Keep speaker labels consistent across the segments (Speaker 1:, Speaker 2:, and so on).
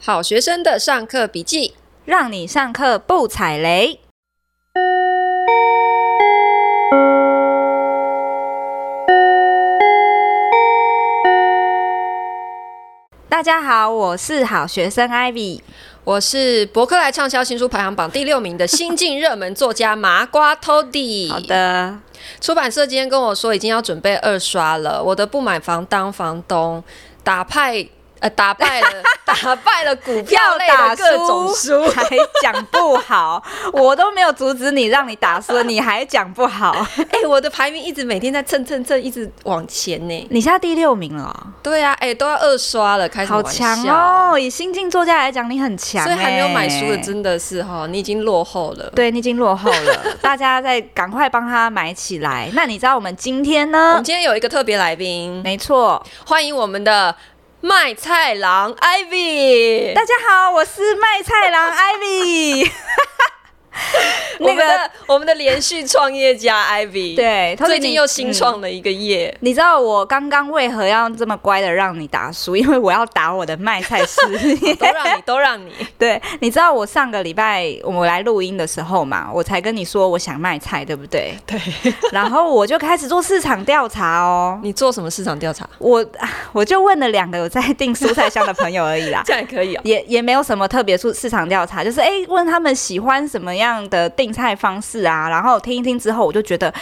Speaker 1: 好学生的上课笔记。
Speaker 2: 让你上课不踩雷。大家好，我是好学生 Ivy。
Speaker 1: 我是博客来畅销新书排行榜第六名的新晋热门作家麻瓜 Toddy。
Speaker 2: 好，的，
Speaker 1: 出版社今天跟我说已经要准备二刷了。我的不买房当房东打败呃打败 了打败了股票
Speaker 2: 要
Speaker 1: 类
Speaker 2: 打
Speaker 1: 的
Speaker 2: 输
Speaker 1: 各种书。
Speaker 2: 还讲不好，我都没有阻止你，让你打输，你还讲 不好。
Speaker 1: 哎、我的排名一直每天在蹭蹭蹭，一直往前呢。
Speaker 2: 你现在第六名了哦，
Speaker 1: 对啊，哎、都要二刷了，开什么
Speaker 2: 好
Speaker 1: 玩
Speaker 2: 强
Speaker 1: 笑？
Speaker 2: 哦！以新晋作家来讲，你很强、
Speaker 1: 所以还没有买书的
Speaker 2: 哎
Speaker 1: 真的是哈，你已经落后了。
Speaker 2: 对你已经落后了，大家再赶快帮他买起来。那你知道我们今天
Speaker 1: 我
Speaker 2: 呢
Speaker 1: 们？今天有一个特别来宾，
Speaker 2: 没错，
Speaker 1: 欢迎我们的卖菜郎 Ivy。
Speaker 2: 大家好，我是卖 菜郎 Ivy。
Speaker 1: 我
Speaker 2: 那
Speaker 1: 们
Speaker 2: 个
Speaker 1: 的我们的连续创业家 Ivy，，
Speaker 2: 对，
Speaker 1: 最近又新
Speaker 2: 嗯
Speaker 1: 创了一个业。
Speaker 2: 你知道我刚刚为何要这么乖的让你打输？因为我要打我的卖菜师
Speaker 1: 都 让你，都让你，
Speaker 2: 对，你知道我上个礼拜我们来录音的时候嘛，我才跟你说我想卖菜，对不对？
Speaker 1: 对。
Speaker 2: 然后我就开始做市场调查哦，
Speaker 1: 你做什么市场调查？
Speaker 2: 我我就问了两个有在订蔬菜箱的朋友而已啦。
Speaker 1: 这样也可以啊。
Speaker 2: 也也没有什么特别市市场调查，就是哎、诶问他们喜欢什么样的订菜方式啊，然后听一听之后，我就觉得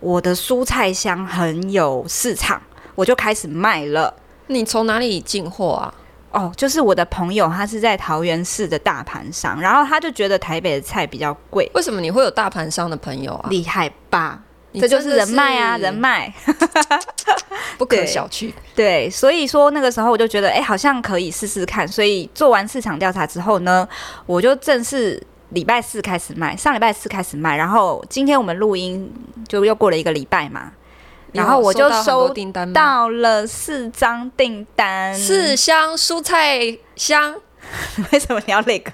Speaker 2: 我的蔬菜箱很有市场，我就开始卖了。
Speaker 1: 你从哪里进货啊？
Speaker 2: 哦，就是我的朋友，他是在桃园市的大盘商，然后他就觉得台北的菜比较贵，
Speaker 1: 为什么你会有大盘商的朋友啊？
Speaker 2: 哦厉害吧？
Speaker 1: 你
Speaker 2: 这就
Speaker 1: 真
Speaker 2: 是
Speaker 1: 的
Speaker 2: 人脉啊，人脉。
Speaker 1: 不可
Speaker 2: 对
Speaker 1: 小觑。
Speaker 2: 对，所以说那个时候我就觉得，哎、好像可以试试看。所以做完市场调查之后呢，我就正式礼拜四开始卖，上礼拜四开始卖，然后今天我们录音就又过了一个礼拜嘛，然后我就
Speaker 1: 你有到很
Speaker 2: 收
Speaker 1: 多订单吗，
Speaker 2: 到了四张订单。
Speaker 1: 四箱蔬菜箱
Speaker 2: 为什么你要那个？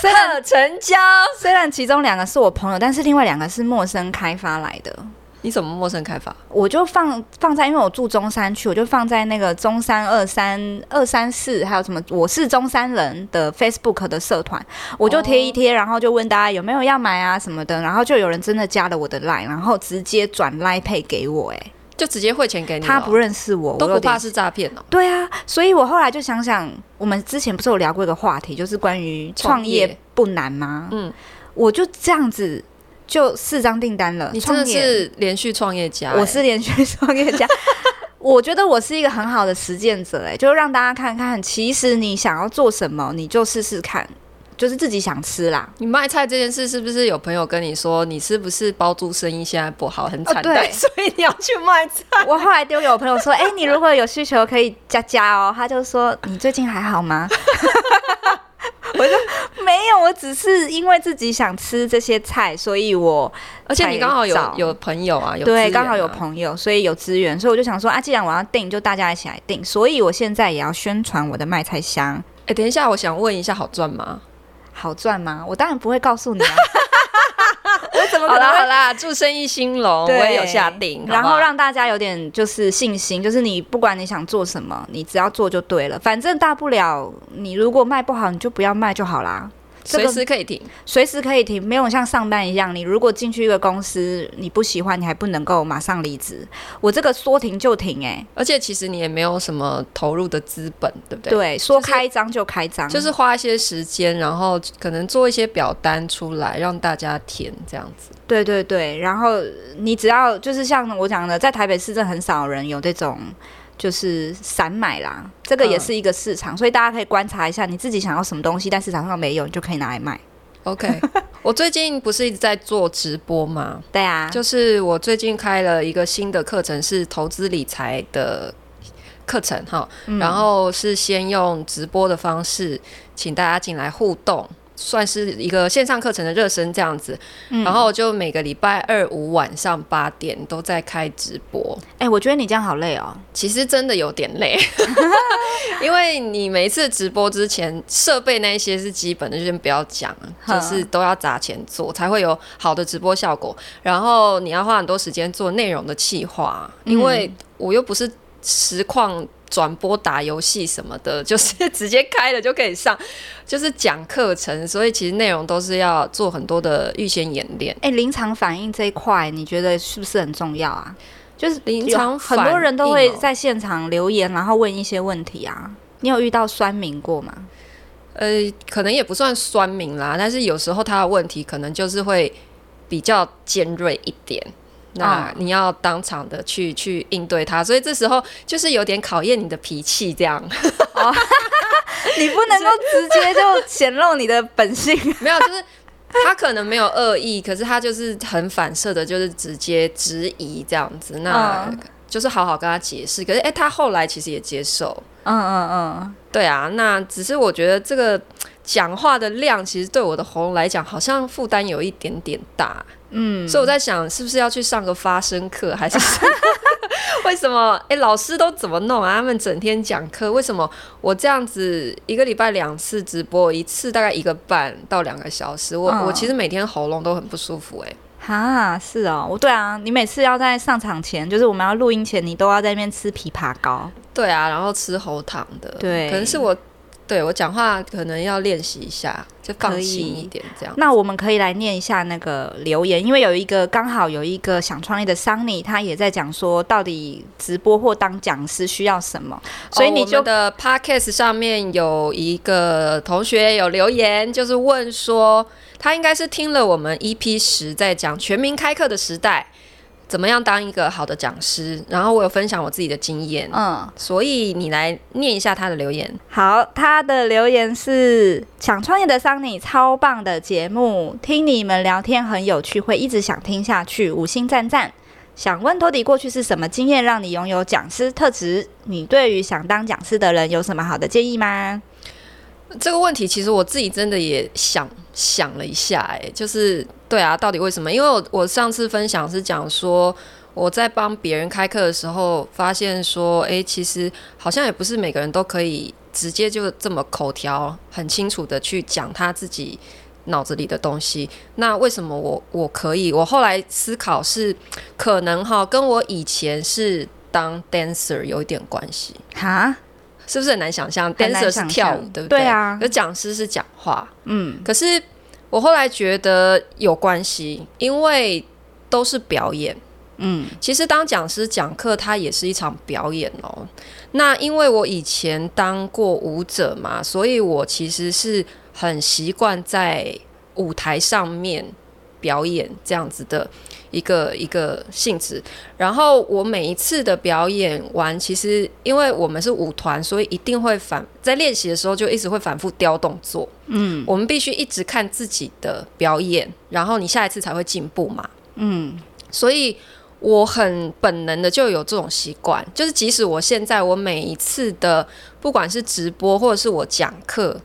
Speaker 2: 虽然
Speaker 1: 特成交。
Speaker 2: 虽然其中两个是我朋友，但是另外两个是陌生开发来的。
Speaker 1: 你怎么陌生开发？
Speaker 2: 我就放放在，因为我住中山区，我就放在那个中山二三二三四，还有什么我是中山人的 Facebook 的社团，我就贴一贴，然后就问大家有没有要买啊什么的，然后就有人真的加了我的 line，然后直接转 line pay 给我、欸，
Speaker 1: 就直接汇钱给你了？
Speaker 2: 他不认识我，
Speaker 1: 啊都
Speaker 2: 我有
Speaker 1: 不
Speaker 2: 点
Speaker 1: 怕是诈骗哦。
Speaker 2: 对啊，所以我后来就想想，我们之前不是有聊过一个话题，就是关于创
Speaker 1: 创业
Speaker 2: 业不难吗？
Speaker 1: 嗯，
Speaker 2: 我就这样子就四张订单了，
Speaker 1: 你真
Speaker 2: 创
Speaker 1: 的
Speaker 2: 业。
Speaker 1: 是连续创业家、
Speaker 2: 我是连续创业 家。我觉得我是一个很好的实践者、哎，就让大家看看，其实你想要做什么，你就试试看，就是自己想 吃啦。
Speaker 1: 你卖菜这件事，是不是有朋友跟你说，你是不是包租生意现在不好，很惨
Speaker 2: 哦对
Speaker 1: 淡， 所以你要去卖菜？
Speaker 2: 我后来丢给我朋友说，哎、你如果有需求可以加加哦。他就说，你最近还好吗？ 我就没有，我只是因为自己想吃这些菜，所以我
Speaker 1: 而且你刚好有
Speaker 2: 找
Speaker 1: 有朋友啊，有资
Speaker 2: 对，
Speaker 1: 源
Speaker 2: 刚好有
Speaker 1: 啊
Speaker 2: 朋友，所以有资源，所以我就想说啊，既然我要订，就大家一起来订。所以我现在也要宣传我的卖菜箱，
Speaker 1: 哎、等一下，我想问一下，好赚吗？
Speaker 2: 好赚吗？我当然不会告诉 你、啊，我怎么
Speaker 1: 好
Speaker 2: 可能
Speaker 1: 啦
Speaker 2: 会
Speaker 1: 好啦，祝生意兴哦隆，我
Speaker 2: 对
Speaker 1: 也有下定，
Speaker 2: 然
Speaker 1: 好不
Speaker 2: 后
Speaker 1: 好
Speaker 2: 让大家有点就是信心，就是你不管你想做什么，你只要做就对了，反正大不了你如果卖不好，你就不要卖就好啦。这
Speaker 1: 随
Speaker 2: 个
Speaker 1: 时可以停。
Speaker 2: 随时可以停，没有像上班一样，你如果进去一个公司，你不喜欢，你还不能够马上离职。我这个说停就停、欸，
Speaker 1: 而且其实你也没有什么投入的资本，对不对？
Speaker 2: 哎，对，啊说开张就开张，
Speaker 1: 就是花一些时间，然后可能做一些表单出来让大家填，这样子。
Speaker 2: 对对对，然后你只要就是像我讲的，在台北市政很少人有这种就是散买啦，这个也
Speaker 1: 嗯
Speaker 2: 是一个市场，所以大家可以观察一下你自己想要什么东西，但市场上没有，你就可以拿来卖。
Speaker 1: OK，我最近不是一直在做直播吗？
Speaker 2: 对啊，
Speaker 1: 就是我最近开了一个新的课程，是投资理财的课程哈，
Speaker 2: 嗯
Speaker 1: 然后是先用直播的方式，请大家进来互动。算是一个线上课程的热身这样子，
Speaker 2: 嗯
Speaker 1: 然后我就每个礼拜二五晚上八点都在开直播，
Speaker 2: 哎、我觉得你这样好累哦。
Speaker 1: 其实真的有点累，因为你每一次直播之前，设备那一些是基本的，就先不要讲了，
Speaker 2: 哼
Speaker 1: 就是都要砸钱做，才会有好的直播效果。然后啊你要花很多时间做内容的企划，因为我又不是实况转播打游戏什么的，就是直接开了就可以上，就是讲课程，所以其实内容都是要做很多的预先演练。
Speaker 2: 哎、临场反应这一块，你觉得是不是很重要啊？就是
Speaker 1: 临
Speaker 2: 有
Speaker 1: 场
Speaker 2: 很
Speaker 1: 反
Speaker 2: 多人都
Speaker 1: 应
Speaker 2: 会
Speaker 1: 哦
Speaker 2: 在现场留言，然后问一些问题啊。你有遇到酸民过吗？
Speaker 1: 呃，可能也不算酸民啦，但是有时候他的问题可能就是会比较尖锐一点。那
Speaker 2: 嗯
Speaker 1: 你要当场的去去应对他，所以这时候就是有点考验你的脾气，这样
Speaker 2: 你不能够直接就显露你的本性。
Speaker 1: 没有就是他可能没有恶意，可是他就是很反射的，就是直接质疑这样子，那
Speaker 2: 嗯
Speaker 1: 就是好好跟他解释。可是诶，他后来其实也接受，
Speaker 2: 嗯嗯嗯，
Speaker 1: 对啊，那只是我觉得这个讲话的量，其实对我的喉咙来讲，好像负担有一点点大。嗯，所以我在想，是不是要去上个发声课，还是 什么为什么？哎、老师都怎么弄啊？他们整天讲课，为什么我这样子一个礼拜两次直播，一次大概一个半到两个小时？我、
Speaker 2: 嗯
Speaker 1: 我其实每天喉咙都很不舒服、诶。哎，
Speaker 2: 哈，是哦，我对啊，你每次要在上场前，就是我们要录音前，你都要在那边吃枇杷膏。
Speaker 1: 对啊，然后吃喉糖的，
Speaker 2: 对
Speaker 1: 可能是我对我讲话可能要练习一下，就放
Speaker 2: 可以
Speaker 1: 心一点这样。
Speaker 2: 那我们可以来念一下那个留言，因为有一个刚好有一个想创业的桑尼，他也在讲说，到底直播或当讲师需要什么，所以
Speaker 1: 哦
Speaker 2: 你
Speaker 1: 我
Speaker 2: 就、
Speaker 1: 们的 podcast 上面有一个同学有留言，就是问说，他应该是听了我们 EP 十在讲全民开课的时代，怎么样当一个好的讲师，然后我有分享我自己的经验，
Speaker 2: 嗯。
Speaker 1: 所以你来念一下他的留言。
Speaker 2: 好，他的留言是：想创业的桑尼，超棒的节目，听你们聊天很有趣，会一直想听下去，五星赞赞。想问托底过去是什么经验让你拥有讲师特质？你对于想当讲师的人有什么好的建议吗？
Speaker 1: 这个问题其实我自己真的也想想了一下、哎，就是对啊，到底为什么？因为我我上次分享是讲说。我在帮别人开课的时候，发现说，哎、其实好像也不是每个人都可以直接就这么口条很清楚的去讲他自己脑子里的东西。那为什么我我可以？我后来思考是，可能哈，跟我以前是当 dancer 有一点关系。
Speaker 2: 哈，
Speaker 1: 是不是很难想象
Speaker 2: 很难
Speaker 1: ？dancer 是
Speaker 2: 想
Speaker 1: 跳
Speaker 2: 象
Speaker 1: 舞，对不
Speaker 2: 对啊
Speaker 1: 可讲师是讲话，
Speaker 2: 嗯，
Speaker 1: 可是我后来觉得有关系，因为都是表演。
Speaker 2: 嗯，
Speaker 1: 其实当讲师讲课，它也是一场表演哦。那因为我以前当过舞者嘛，所以我其实是很习惯在舞台上面表演这样子的一个一个性质。然后我每一次的表演完，其实因为我们是舞团，所以一定会反在练习的时候就一直会反复雕动作。嗯，我们必须一直看自己的表演，然后你下一次才会进步嘛。嗯，所以。我很本能的就有这种习惯，就是即使我现在我每一次的不管是直播或者是我讲课，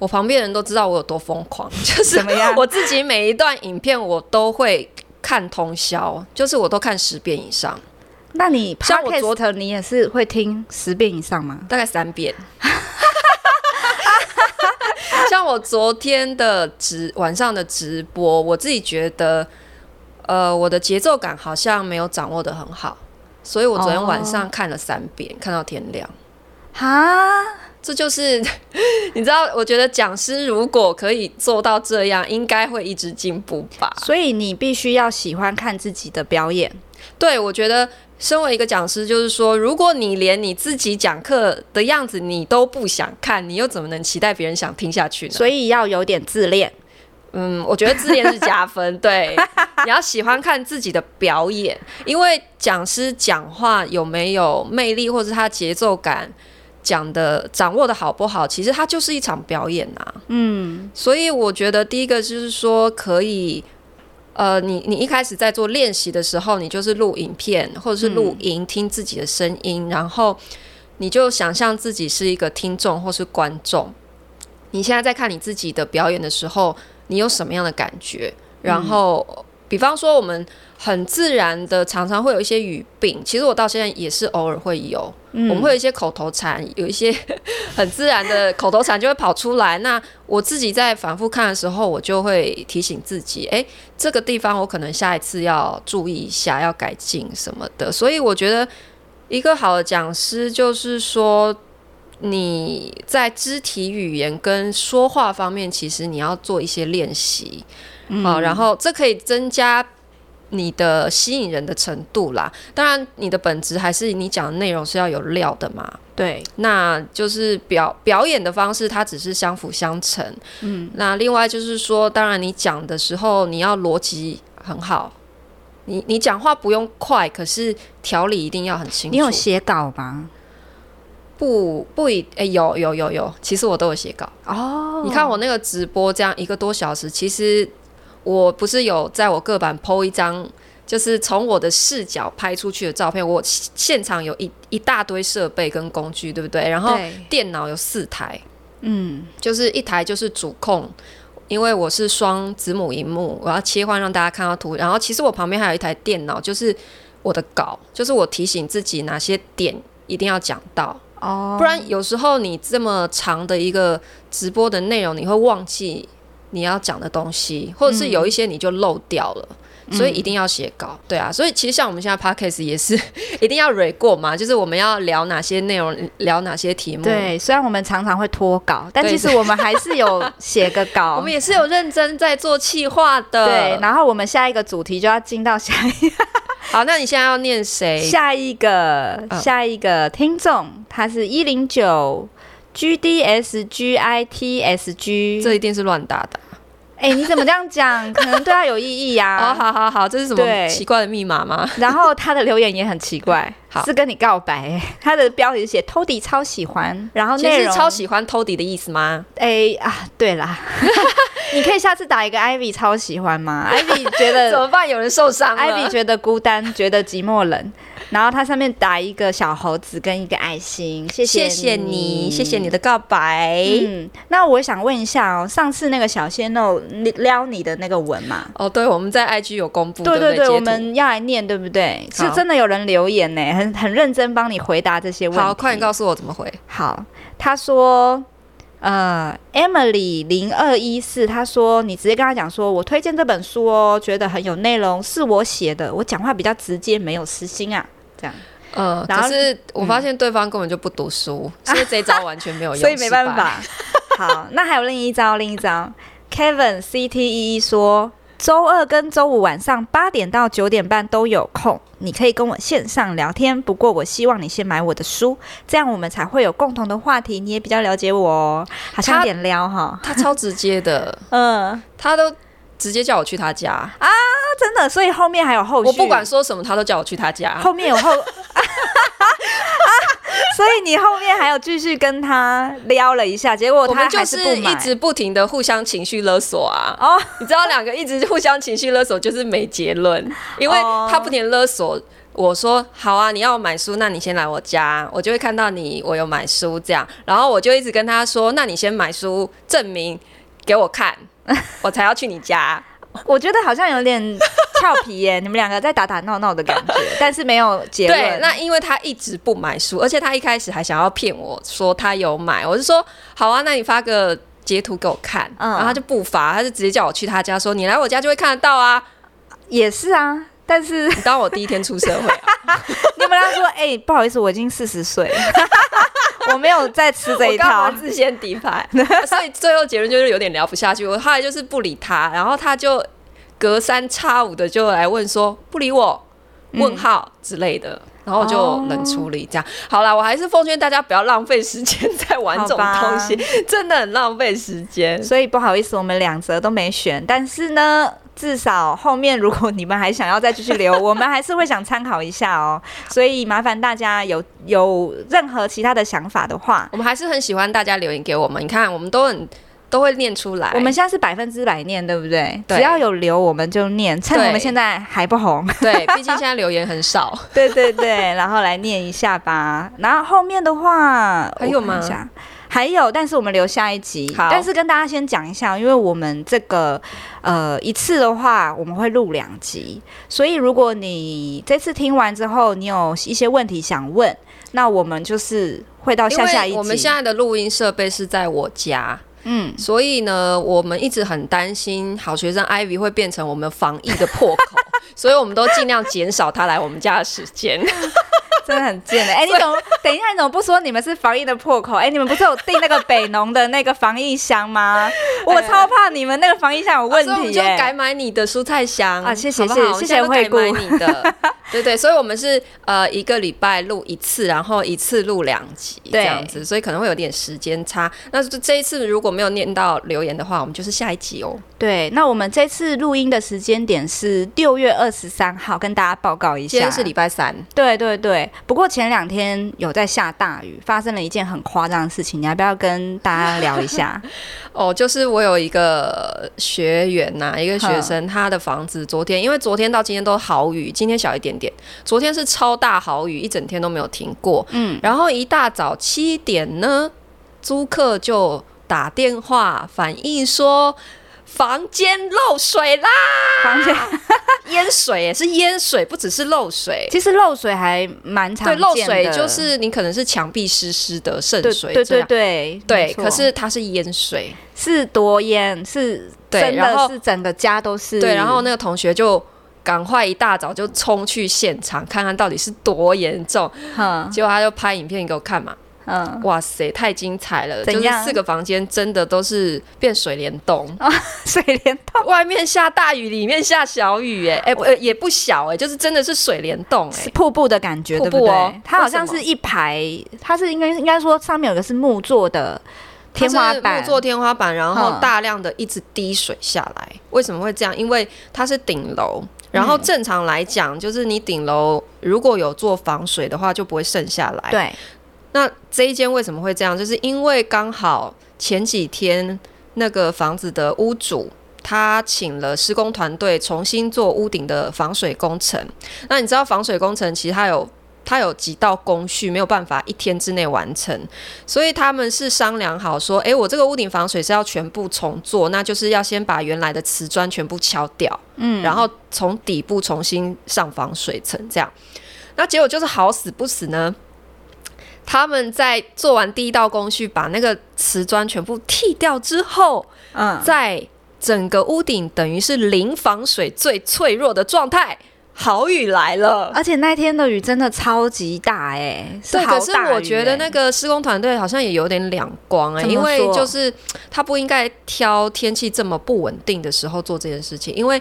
Speaker 1: 我旁边人都知道我有多疯狂， 就是
Speaker 2: 怎么样
Speaker 1: 我自己每一段影片我都会看通宵，就是我都看十遍以上，
Speaker 2: 那你
Speaker 1: 像我昨
Speaker 2: podcast 你也是会听十遍以上吗？
Speaker 1: 大概三遍。 像我昨天的直晚上的直播，我自己觉得，呃，我的节奏感好像没有掌握的很好，所以我昨天晚上看了三遍，看到天亮。
Speaker 2: 哈，
Speaker 1: 这就是 你知道，我觉得讲师如果可以做到这样，应该会一直进步吧。
Speaker 2: 所以你必须要喜欢看自己的表演。
Speaker 1: 对，我觉得身为一个讲师，就是说，如果你连你自己讲课的样子你都不想看，你又怎么能期待别人想听下去呢？
Speaker 2: 所以要有点自恋。
Speaker 1: 嗯，我觉得自恋是加分，对，你要喜欢看自己的表演，因为讲师讲话有没有魅力，或者他节奏感讲的掌握的好不好，其实它就是一场表演啊。嗯，所以我觉得第一个就是说可以。呃，你你一开始在做练习的时候，你就是录影片或者是录音，听自己的声音，然后你就想象自己是一个听众或是观众。你现在在看你自己的表演的时候，你有什么样的感觉？然后，比方说，我们很自然的常常会有一些语病，其实我到现在也是偶尔会有，
Speaker 2: 嗯
Speaker 1: 我们会有一些口头禅，有一些 很自然的口头禅就会跑出来。那我自己在反复看的时候，我就会提醒自己，诶，这个地方我可能下一次要注意一下，要改进什么的。所以我觉得一个好的讲师就是说，你在肢体语言跟说话方面，其实你要做一些练习啊，然后这可以增加你的吸引人的程度啦。当然，你的本质还是你讲的内容是要有料的嘛。
Speaker 2: 对，
Speaker 1: 那就是表表演的方式，它只是相辅相成。嗯，那另外就是说，当然你讲的时候，你要逻辑很好，你你讲话不用快，可是条理一定要很清楚。
Speaker 2: 你有写稿吗？
Speaker 1: 不不一诶、有有有有，其实我都有写稿。
Speaker 2: 哦
Speaker 1: 你看我那个直播这样一个多小时，其实我不是有在我个版 PO 一张，就是从我的视角拍出去的照片。我现现场有一一大堆设备跟工具，对不对？然后
Speaker 2: 对
Speaker 1: 电脑有四台，
Speaker 2: 嗯，
Speaker 1: 就是一台就是主控，因为我是双子母荧幕，我要切换让大家看到图。然后其实我旁边还有一台电脑，就是我的稿，就是我提醒自己哪些点一定要讲到，
Speaker 2: 哦，
Speaker 1: 不然有时候你这么长的一个直播的内容，你会忘记你要讲的东西，或者是有一些你就漏掉了。所以一定要写稿，对啊，所以其实像我们现在 podcast 也是 一定要 re 过嘛，就是我们要聊哪些内容，聊哪些题目，
Speaker 2: 对，虽然我们常常会脱稿，但
Speaker 1: 对
Speaker 2: 其实我们还是 有写个稿。
Speaker 1: 我们也是有认真在做企划的。
Speaker 2: 对，然后我们下一个主题就要进到下一
Speaker 1: 好，那你现在要念谁？
Speaker 2: 下一个、
Speaker 1: 嗯
Speaker 2: 下一个听众，他是一零九 GDS GITSG。
Speaker 1: 这一定是乱打的。
Speaker 2: 哎、你怎么这 样讲？可能对他有意义
Speaker 1: 哦，
Speaker 2: 呀、
Speaker 1: 好好好，这是什么
Speaker 2: 对
Speaker 1: 奇怪的密码吗？
Speaker 2: 然后他的留言也很奇怪
Speaker 1: 好，
Speaker 2: 是跟你告白、他的标题是写偷底超喜欢，然后
Speaker 1: 其实
Speaker 2: 内
Speaker 1: 是
Speaker 2: 容
Speaker 1: 超喜欢偷底的意思吗？
Speaker 2: 哎、啊，对啦， 你可以下次打一个 Ivy 超喜欢吗？Ivy 觉
Speaker 1: 呃怎
Speaker 2: 得
Speaker 1: 么办？有人受伤了。
Speaker 2: Ivy 觉得孤单，觉得寂寞冷，然后它上面打一个小猴子跟一个爱心，谢
Speaker 1: 谢
Speaker 2: 谢
Speaker 1: 谢你，谢谢你的告白。
Speaker 2: 嗯，那我想问一下哦，上次那个小鲜肉你撩你的那个文嘛？
Speaker 1: 哦，对，我们在 IG 有公布，嗯
Speaker 2: 对
Speaker 1: 对
Speaker 2: 对对，
Speaker 1: 截图
Speaker 2: 我们要来念，对不对？
Speaker 1: 好
Speaker 2: 是真的有人留言呢，很很认真帮你回答这些问题。
Speaker 1: 好，快点告诉我怎么回。
Speaker 2: 好，他说。呃，Emily 零二一四，他说你直接跟他讲说，我推荐这本书哦，觉得很有内容，是我写的，我讲话比较直接，没有私心啊， 这样，
Speaker 1: 呃，
Speaker 2: 然
Speaker 1: 可
Speaker 2: 后
Speaker 1: 是我发现对方根本就不读 书，所以这一招完全没有用，
Speaker 2: 所以没办
Speaker 1: 失败。
Speaker 2: 法。 好，那还有另一招，另一招，Kevin CT 一一 E 说，周二跟周五晚上八点到九点半都有空，你可以跟我线上聊天，不过我希望你先买我的书，这样我们才会有共同的话题，你也比较了解我哦，好像有点撩哈，
Speaker 1: 他超直接的，
Speaker 2: 嗯。
Speaker 1: 他都直接叫我去他家，
Speaker 2: 啊真的，所以后面还有后续。
Speaker 1: 我不管说什么，他都叫我去他家。
Speaker 2: 后面有 后，啊所以你后面还有继续跟他撩了一下，结果
Speaker 1: 我
Speaker 2: 他
Speaker 1: 们就
Speaker 2: 还不
Speaker 1: 是
Speaker 2: 买
Speaker 1: 一直不停的互相情绪勒索啊！
Speaker 2: 哦，
Speaker 1: 你知道两个一直互相情绪勒索就是没结论，因为
Speaker 2: 哦
Speaker 1: 他不停勒索我说好啊，你要买书，那你先来我家，我就会看到你我有买书这样，然后我就一直跟他说，那你先买书证明给我看，我才要去你家。
Speaker 2: 我觉得好像有点俏皮耶，你 们两个在打打闹闹的感觉，但是没有结论。
Speaker 1: 对，那因为他一直不买书，而且他一开始还想要骗我说他有买，我就说好啊，那你发个截图给我看，
Speaker 2: 嗯
Speaker 1: 然后他就不发，他就直接叫我去他家说你来我家就会看得到啊。
Speaker 2: 也是啊，但是
Speaker 1: 你当我第一天出社会、啊，
Speaker 2: 你们俩说，哎、不好意思，我已经四十岁了， 我没有在吃 这
Speaker 1: 我
Speaker 2: 一
Speaker 1: 干嘛
Speaker 2: 套。
Speaker 1: 自先底牌？ 所以最后结论就是有点聊不下去。我后来就是不理他，然后他就隔三差五的就来问说不理我，问号之类的。然后我就
Speaker 2: 哦
Speaker 1: 冷处理，这样、好啦，我还是奉劝大家不要浪费时间在玩这种东西，真的很浪费时间。
Speaker 2: 所以不好意思，我们两则都没选，但是呢，至少后面如果你们还想要再继续留，我们还是会想参考一下哦。所以麻烦大家有有任何其他的想法的话，
Speaker 1: 我们还是很喜欢大家留言给我们，你看我们都很都会念出来。
Speaker 2: 我们现在是百分之百念，对不对？
Speaker 1: 哎对
Speaker 2: 只要有留我们就念，趁
Speaker 1: 对
Speaker 2: 我们现在还不红，
Speaker 1: 对，毕竟现在留言很少。
Speaker 2: 对对对，然后来念一下吧。然后后面的话
Speaker 1: 还有吗？
Speaker 2: 我看一下还有，但是我们留下一集。
Speaker 1: 好
Speaker 2: 但是跟大家先讲一下，因为我们这个呃一次的话，我们会录两集，所以如果你这次听完之后，你有一些问题想问，那我们就是会到
Speaker 1: 因
Speaker 2: 下下一
Speaker 1: 为
Speaker 2: 集。
Speaker 1: 我们现在的录音设备是在我家，
Speaker 2: 嗯，
Speaker 1: 所以呢，我们一直很担心好学生 Ivy 会变成我 们防疫的破口，所以我们都尽量减少他来我们家的时间。
Speaker 2: 真的很贱的、哎、你怎么等一下？你怎么不说你们是防疫的破口？哎、你们不是有订那个北农的那个防疫箱 吗？我超怕你们那个防疫箱有 问
Speaker 1: 啊所以我们
Speaker 2: 题、
Speaker 1: 就
Speaker 2: 哎
Speaker 1: 改买你的蔬菜箱
Speaker 2: 啊谢谢
Speaker 1: 好不好
Speaker 2: 谢谢
Speaker 1: 我们现在都
Speaker 2: 谢谢惠顾
Speaker 1: 改买你 的，对对，所以我们是呃一个礼拜录一次，然后一次录两集这
Speaker 2: 对
Speaker 1: 样子，所以可能会有点时间差。那就这一次如果没有念到留言的话，我们就是下一集哦。
Speaker 2: 对，那我们这次录音的时间点是六月二十三号，跟大家报告一下。
Speaker 1: 今天是礼拜三，
Speaker 2: 对对对，不过前两天有在下大雨，发生了一件很夸张的事情，你要不要跟大家聊一 下？
Speaker 1: 哦，就是我有一个学员呐、一个学生，他的房子昨天，因为昨天到今天都好雨，今天小一点点，昨天是超大好雨，一整天都没有停过。嗯，然后一大早七点呢，租客就打电话反映说。房间漏水啦，
Speaker 2: 房间
Speaker 1: 淹水耶是淹水，不只是漏水。
Speaker 2: 其实漏水还蛮常
Speaker 1: 对，
Speaker 2: 见的，
Speaker 1: 漏水就是你可能是墙壁湿湿的渗
Speaker 2: 对
Speaker 1: 水
Speaker 2: 对
Speaker 1: 这
Speaker 2: 对
Speaker 1: 样，
Speaker 2: 对没
Speaker 1: 对，
Speaker 2: 错
Speaker 1: 可是它是淹水。
Speaker 2: 是多烟，是
Speaker 1: 对
Speaker 2: 真
Speaker 1: 然后
Speaker 2: 的是整个家都是。
Speaker 1: 对，然后那个同学就赶快一大早就冲去现场看看到底是多严重，
Speaker 2: 嗯
Speaker 1: 结果他就拍影片给我看嘛，
Speaker 2: 嗯，
Speaker 1: 哇塞，太精彩了！
Speaker 2: 怎
Speaker 1: 就是
Speaker 2: 样哦
Speaker 1: 四个房间真的都是变水帘洞，
Speaker 2: 水帘洞
Speaker 1: 外面下大雨，里面下小雨、哎、哎、不呃也不小哎、就是真的是水帘洞哎、
Speaker 2: 哦是瀑布的感觉，
Speaker 1: 瀑
Speaker 2: 对
Speaker 1: 布
Speaker 2: 不
Speaker 1: 哦
Speaker 2: 对？它好
Speaker 1: 为
Speaker 2: 像
Speaker 1: 什么
Speaker 2: 是一排，它是应该应该说上面有个是木做的
Speaker 1: 它
Speaker 2: 天
Speaker 1: 是
Speaker 2: 花板
Speaker 1: 木，做天花板，然后
Speaker 2: 嗯
Speaker 1: 大量的一直滴水下来。为什么会这样？因为它是顶楼，然
Speaker 2: 嗯
Speaker 1: 后正常来讲，就是你顶楼如果有做防水的话，就不会渗下来。
Speaker 2: 对，
Speaker 1: 那这一间为什么会这样？就是因为刚好前几天那个房子的屋主。他请了施工团队重新做屋顶的防水工程。那你知道防水工程其实它有它有几道工序没有办法一天之内完成，所以他们是商量好说，诶，我这个屋顶防水是要全部重做，那就是要先把原来的瓷砖全部敲掉，嗯，然后从底部重新上防水层这样。那结果就是好死不死呢，他们在做完第一道工序，把那个瓷砖全部剃掉之后，
Speaker 2: 嗯，
Speaker 1: 在整个屋顶等于是零防水最脆弱的状态，好雨来了。
Speaker 2: 而且那天的雨真的超级大哎，
Speaker 1: 对，
Speaker 2: 好
Speaker 1: 可是
Speaker 2: 大
Speaker 1: 我
Speaker 2: 雨
Speaker 1: 觉得
Speaker 2: 哎
Speaker 1: 那个施工团队好像也有点两光哎、
Speaker 2: 怎么
Speaker 1: 因为
Speaker 2: 说
Speaker 1: 就是他不应该挑天气这么不稳定的时候做这件事情，因为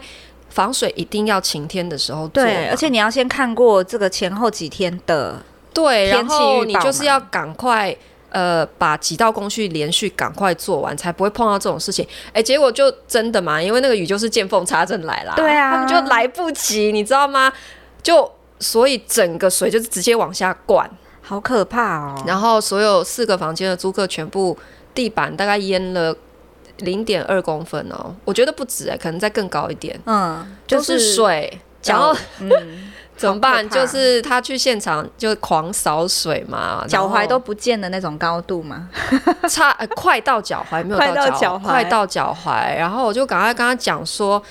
Speaker 1: 防水一定要晴天的时候做嘛。
Speaker 2: 对，而且你要先看过这个前后几天的，
Speaker 1: 对，然
Speaker 2: 天气
Speaker 1: 后
Speaker 2: 预
Speaker 1: 你
Speaker 2: 报
Speaker 1: 就是
Speaker 2: 嘛
Speaker 1: 要赶快呃把几道工序连续赶快做完，才不会碰到这种事情。哎，结果就真的嘛，因为那个雨就是见缝插针来啦，
Speaker 2: 对啊
Speaker 1: 他们就来不及，你知道吗？就所以整个水就是直接往下灌，
Speaker 2: 好可怕哦。
Speaker 1: 然后所有四个房间的租客全部地板大概淹了。零点二公分哦，我觉得不止哎、可能再更高一点，
Speaker 2: 嗯，
Speaker 1: 都是水，然后
Speaker 2: 嗯，
Speaker 1: 怎么办？
Speaker 2: 好可怕
Speaker 1: 就是他去现场就狂扫水嘛，然
Speaker 2: 脚
Speaker 1: 后
Speaker 2: 踝都不见的那种高度嘛。
Speaker 1: 差、呃、快到脚踝，没有
Speaker 2: 快到
Speaker 1: 脚
Speaker 2: 脚踝
Speaker 1: 快到脚踝。然后我就赶快跟他讲说，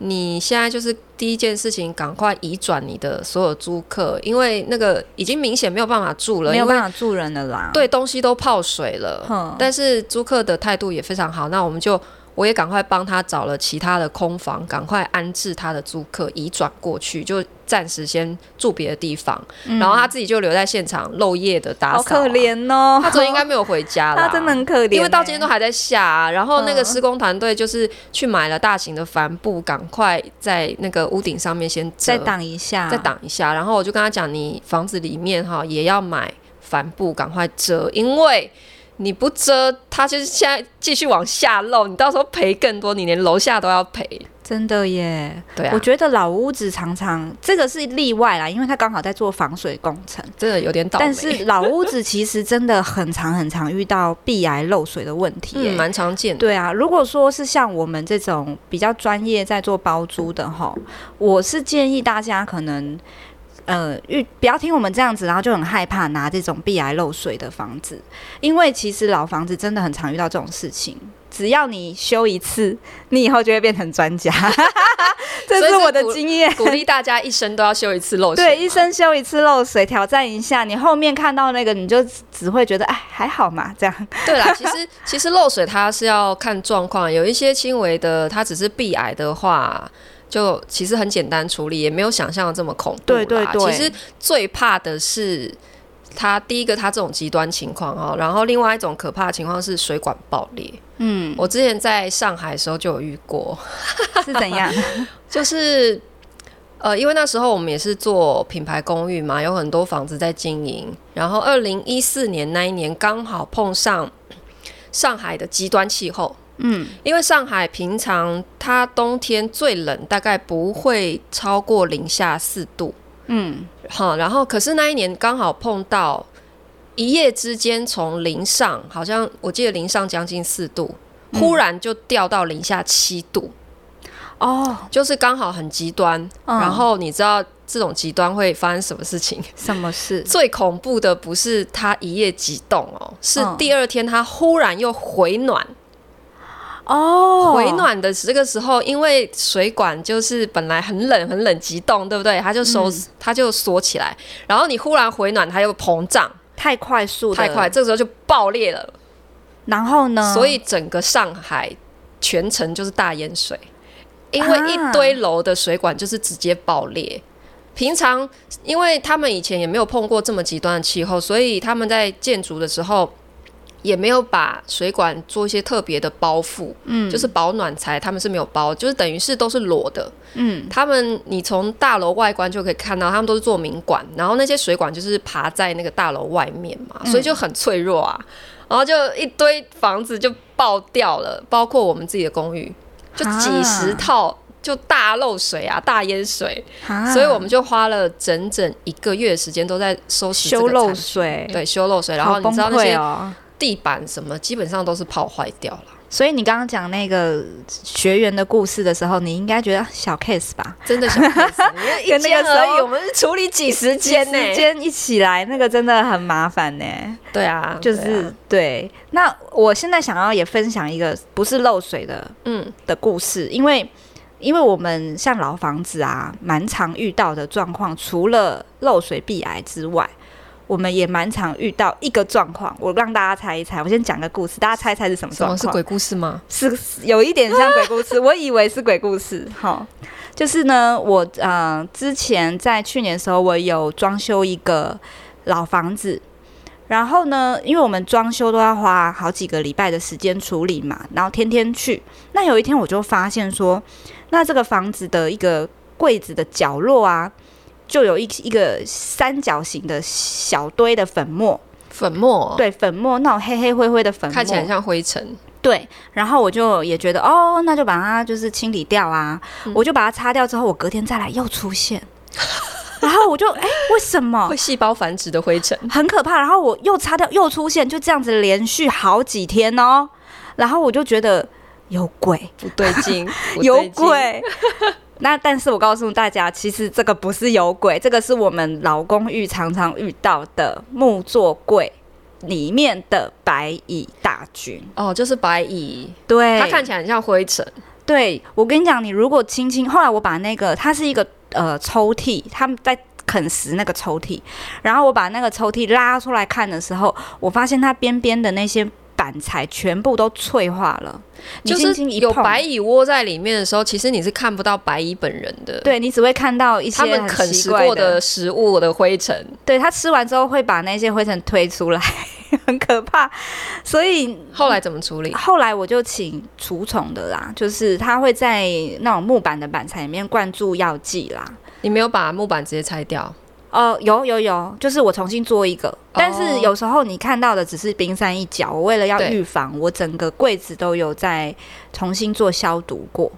Speaker 1: 你现在就是第一件事情，赶快移转你的所有租客，因为那个已经明显没有办法住了，
Speaker 2: 没
Speaker 1: 因
Speaker 2: 有
Speaker 1: 为
Speaker 2: 办法嗯住人的啦。，
Speaker 1: 对东西都泡水了。
Speaker 2: 哼，
Speaker 1: 但是租客的态度也非常好，那我们就我也赶快帮他找了其他的空房，赶快安置他的租客移转过去，就暂时先住别的地方。然后他自己就留在现场漏夜的打扫、
Speaker 2: 嗯
Speaker 1: 啊
Speaker 2: 好可，怜哦，
Speaker 1: 他昨天应该没有回家啦。
Speaker 2: 他真的很可怜欸，
Speaker 1: 因为到今天都还在下、啊，然后那个
Speaker 2: 嗯
Speaker 1: 施工团队就是去买了大型的帆布，赶快在那个屋顶上面先折
Speaker 2: 再挡一下，
Speaker 1: 再挡一下。然后我就跟他讲，你房子里面哈也要买帆布，赶快遮，因为你不遮，它就是现在继续往下漏，你到时候赔更多，你连楼下都要赔。
Speaker 2: 真的耶。
Speaker 1: 对啊
Speaker 2: 我，觉得老屋子常常这个是例外啦，因为他刚好在做防水工程。
Speaker 1: 真的有点倒霉，
Speaker 2: 但是老屋子其实真的很常很常遇到壁癌漏水的问题耶、
Speaker 1: 嗯蛮常见的。
Speaker 2: 对啊，如果说是像我们这种比较专业在做包租的哈，我是建议大家可能。呃，遇不要听我们这样子，然后就很害怕拿这种避癌漏水的房子，因为其实老房子真的很常遇到这种事情。只要你修一次，你以后就会变成专家， 这
Speaker 1: 所以
Speaker 2: 是
Speaker 1: 是
Speaker 2: 我的
Speaker 1: 鼓
Speaker 2: 经验。
Speaker 1: 鼓励大家一生都要修一次漏水嘛，
Speaker 2: 对，一生修一次漏水，挑战一下，你后面看到那个，你就只只会觉得哎还好嘛，这样。
Speaker 1: 对啦，其实其实漏水它是要看状况，有一些轻微的，它只是壁癌的话，就其实很简单处理，也没有想象的这么恐怖啦。
Speaker 2: 对对对
Speaker 1: 其实最怕的是它第一个它这种极端情况哈，然后另外一种可怕的情况是水管爆裂。
Speaker 2: 嗯，
Speaker 1: 我之前在上海的时候就有遇过，
Speaker 2: 是怎样？
Speaker 1: 就是呃，因为那时候我们也是做品牌公寓嘛，有很多房子在经营。然后二零一四年那一年刚好碰上上海的极端气候，
Speaker 2: 嗯，
Speaker 1: 因为上海平常它冬天最冷大概不会超过零下四度，
Speaker 2: 嗯，
Speaker 1: 哈，然后可是那一年刚好碰到一夜之间从零上，好像我记得零上将近四度，忽然就掉到零下七度，
Speaker 2: 哦，
Speaker 1: 就是刚好很极端。
Speaker 2: 嗯
Speaker 1: 然后你知道这种极端会发生什么事情？
Speaker 2: 什么事？
Speaker 1: 最恐怖的不是它一夜急冻哦，是
Speaker 2: 嗯
Speaker 1: 第二天它忽然又回暖。
Speaker 2: 哦，
Speaker 1: 回，暖的这个时候，因为水管就是本来很冷很冷急冻，对不对？它就收、
Speaker 2: 嗯
Speaker 1: 它就缩起来，然后你忽然回暖，它又膨胀
Speaker 2: 太快速，
Speaker 1: 太快，。这个时候就爆裂了，
Speaker 2: 然后呢？
Speaker 1: 所以整个上海全城就是大淹水，因
Speaker 2: 啊
Speaker 1: 为一堆楼的水管就是直接爆裂。平常，因为他们以前也没有碰过这么极端的气候，所以他们在建筑的时候也没有把水管做一些特别的包覆。
Speaker 2: 嗯，
Speaker 1: 就是保暖材，他们是没有包，就是等于是都是裸的。
Speaker 2: 嗯，
Speaker 1: 他们你从大楼外观就可以看到，他们都是做明管，然后那些水管就是爬在那个大楼外面嘛，
Speaker 2: 嗯
Speaker 1: 所以就很脆弱啊。然后就一堆房子就爆掉了，包括我们自己的公寓，就几十
Speaker 2: 啊
Speaker 1: 套就大漏水啊，大淹水。
Speaker 2: 啊
Speaker 1: 所以我们就花了整整一个月时间都在收拾这
Speaker 2: 修
Speaker 1: 个
Speaker 2: 漏
Speaker 1: 残局，
Speaker 2: 水，
Speaker 1: 对，修漏水。然
Speaker 2: 好
Speaker 1: 后你知道那
Speaker 2: 崩溃
Speaker 1: 些
Speaker 2: 哦。
Speaker 1: 地板什么，基本上都是泡坏掉了。
Speaker 2: 所以你刚刚讲那个学员的故事的时候，你应该觉得小 case 吧？
Speaker 1: 真的小 case，因为
Speaker 2: 跟那个时候
Speaker 1: 我们是处理几十间呢、
Speaker 2: 时间一起来，那个真的很麻烦呢、
Speaker 1: 对啊，
Speaker 2: 就是
Speaker 1: 对啊
Speaker 2: 对。那我现在想要也分享一个不是漏水的
Speaker 1: 嗯
Speaker 2: 的故事，因为因为我们像老房子啊，蛮常遇到的状况，除了漏水壁癌之外，我们也蛮常遇到一个状况。我让大家猜一猜，我先讲个故事，大家猜猜是什么
Speaker 1: 什
Speaker 2: 状
Speaker 1: 么是
Speaker 2: 况？
Speaker 1: 鬼故事吗？
Speaker 2: 是是有一点像鬼故 事，我以为是鬼故事。好，就是呢，我呃之前在去年的时候，我有装修一个老房子，然后呢，因为我们装修都要花好几个礼拜的时间处理嘛，然后天天去。那有一天我就发现说，那这个房子的一个柜子的角落啊，就有一一个三角形的小堆的粉末，
Speaker 1: 粉末，，
Speaker 2: 对，粉末那种黑黑灰灰的粉末，
Speaker 1: 哦看起来很像灰尘。
Speaker 2: 对，然后我就也觉得哦，那就把它就是清理掉啊，
Speaker 1: 嗯
Speaker 2: 我就把它擦掉之后，我隔天再来又出现， 然后我就哎、为什么
Speaker 1: 会？细胞繁殖的灰 尘，
Speaker 2: 很可怕。然后我又擦掉又出现，就这样子连续好几天哦，然后我就觉得有鬼，
Speaker 1: 不对劲， 不对劲
Speaker 2: 有， 鬼。那但是我告诉大家，其实这个不是有鬼，这个是我们老公寓常常遇到的木座柜里面的白蚁大军。
Speaker 1: 哦，就是白蚁，
Speaker 2: 对，
Speaker 1: 它看起来很像灰尘，
Speaker 2: 对，我跟你讲，你如果轻轻，后来我把那个，它是一个呃抽屉，他们在啃食那个抽屉，然后我把那个抽屉拉出来看的时候，我发现它边边的那些板材全部都脆化了，你
Speaker 1: 就
Speaker 2: 轻
Speaker 1: 是
Speaker 2: 轻一
Speaker 1: 有
Speaker 2: 碰，
Speaker 1: 白蚁窝在里面的时候，其实你是看不到白蚁本人的，，
Speaker 2: 对你只会看到一些
Speaker 1: 他们
Speaker 2: 很
Speaker 1: 啃
Speaker 2: 奇
Speaker 1: 食
Speaker 2: 怪
Speaker 1: 过
Speaker 2: 的
Speaker 1: 的食物的灰尘，
Speaker 2: 对它吃完之后会把那些灰尘推出来， 很可怕，所以
Speaker 1: 后来怎么处理？
Speaker 2: 后来我就请除虫的啦，就是他会在那种木板的板材里面灌注药剂啦。
Speaker 1: 你没有把木板直接拆掉，
Speaker 2: 哦，有有有，就是我重新做一个，但是有时候你看到的只是冰山一角。我为了要
Speaker 1: 哦对
Speaker 2: 预防，我整个柜子都有在重新做消毒过。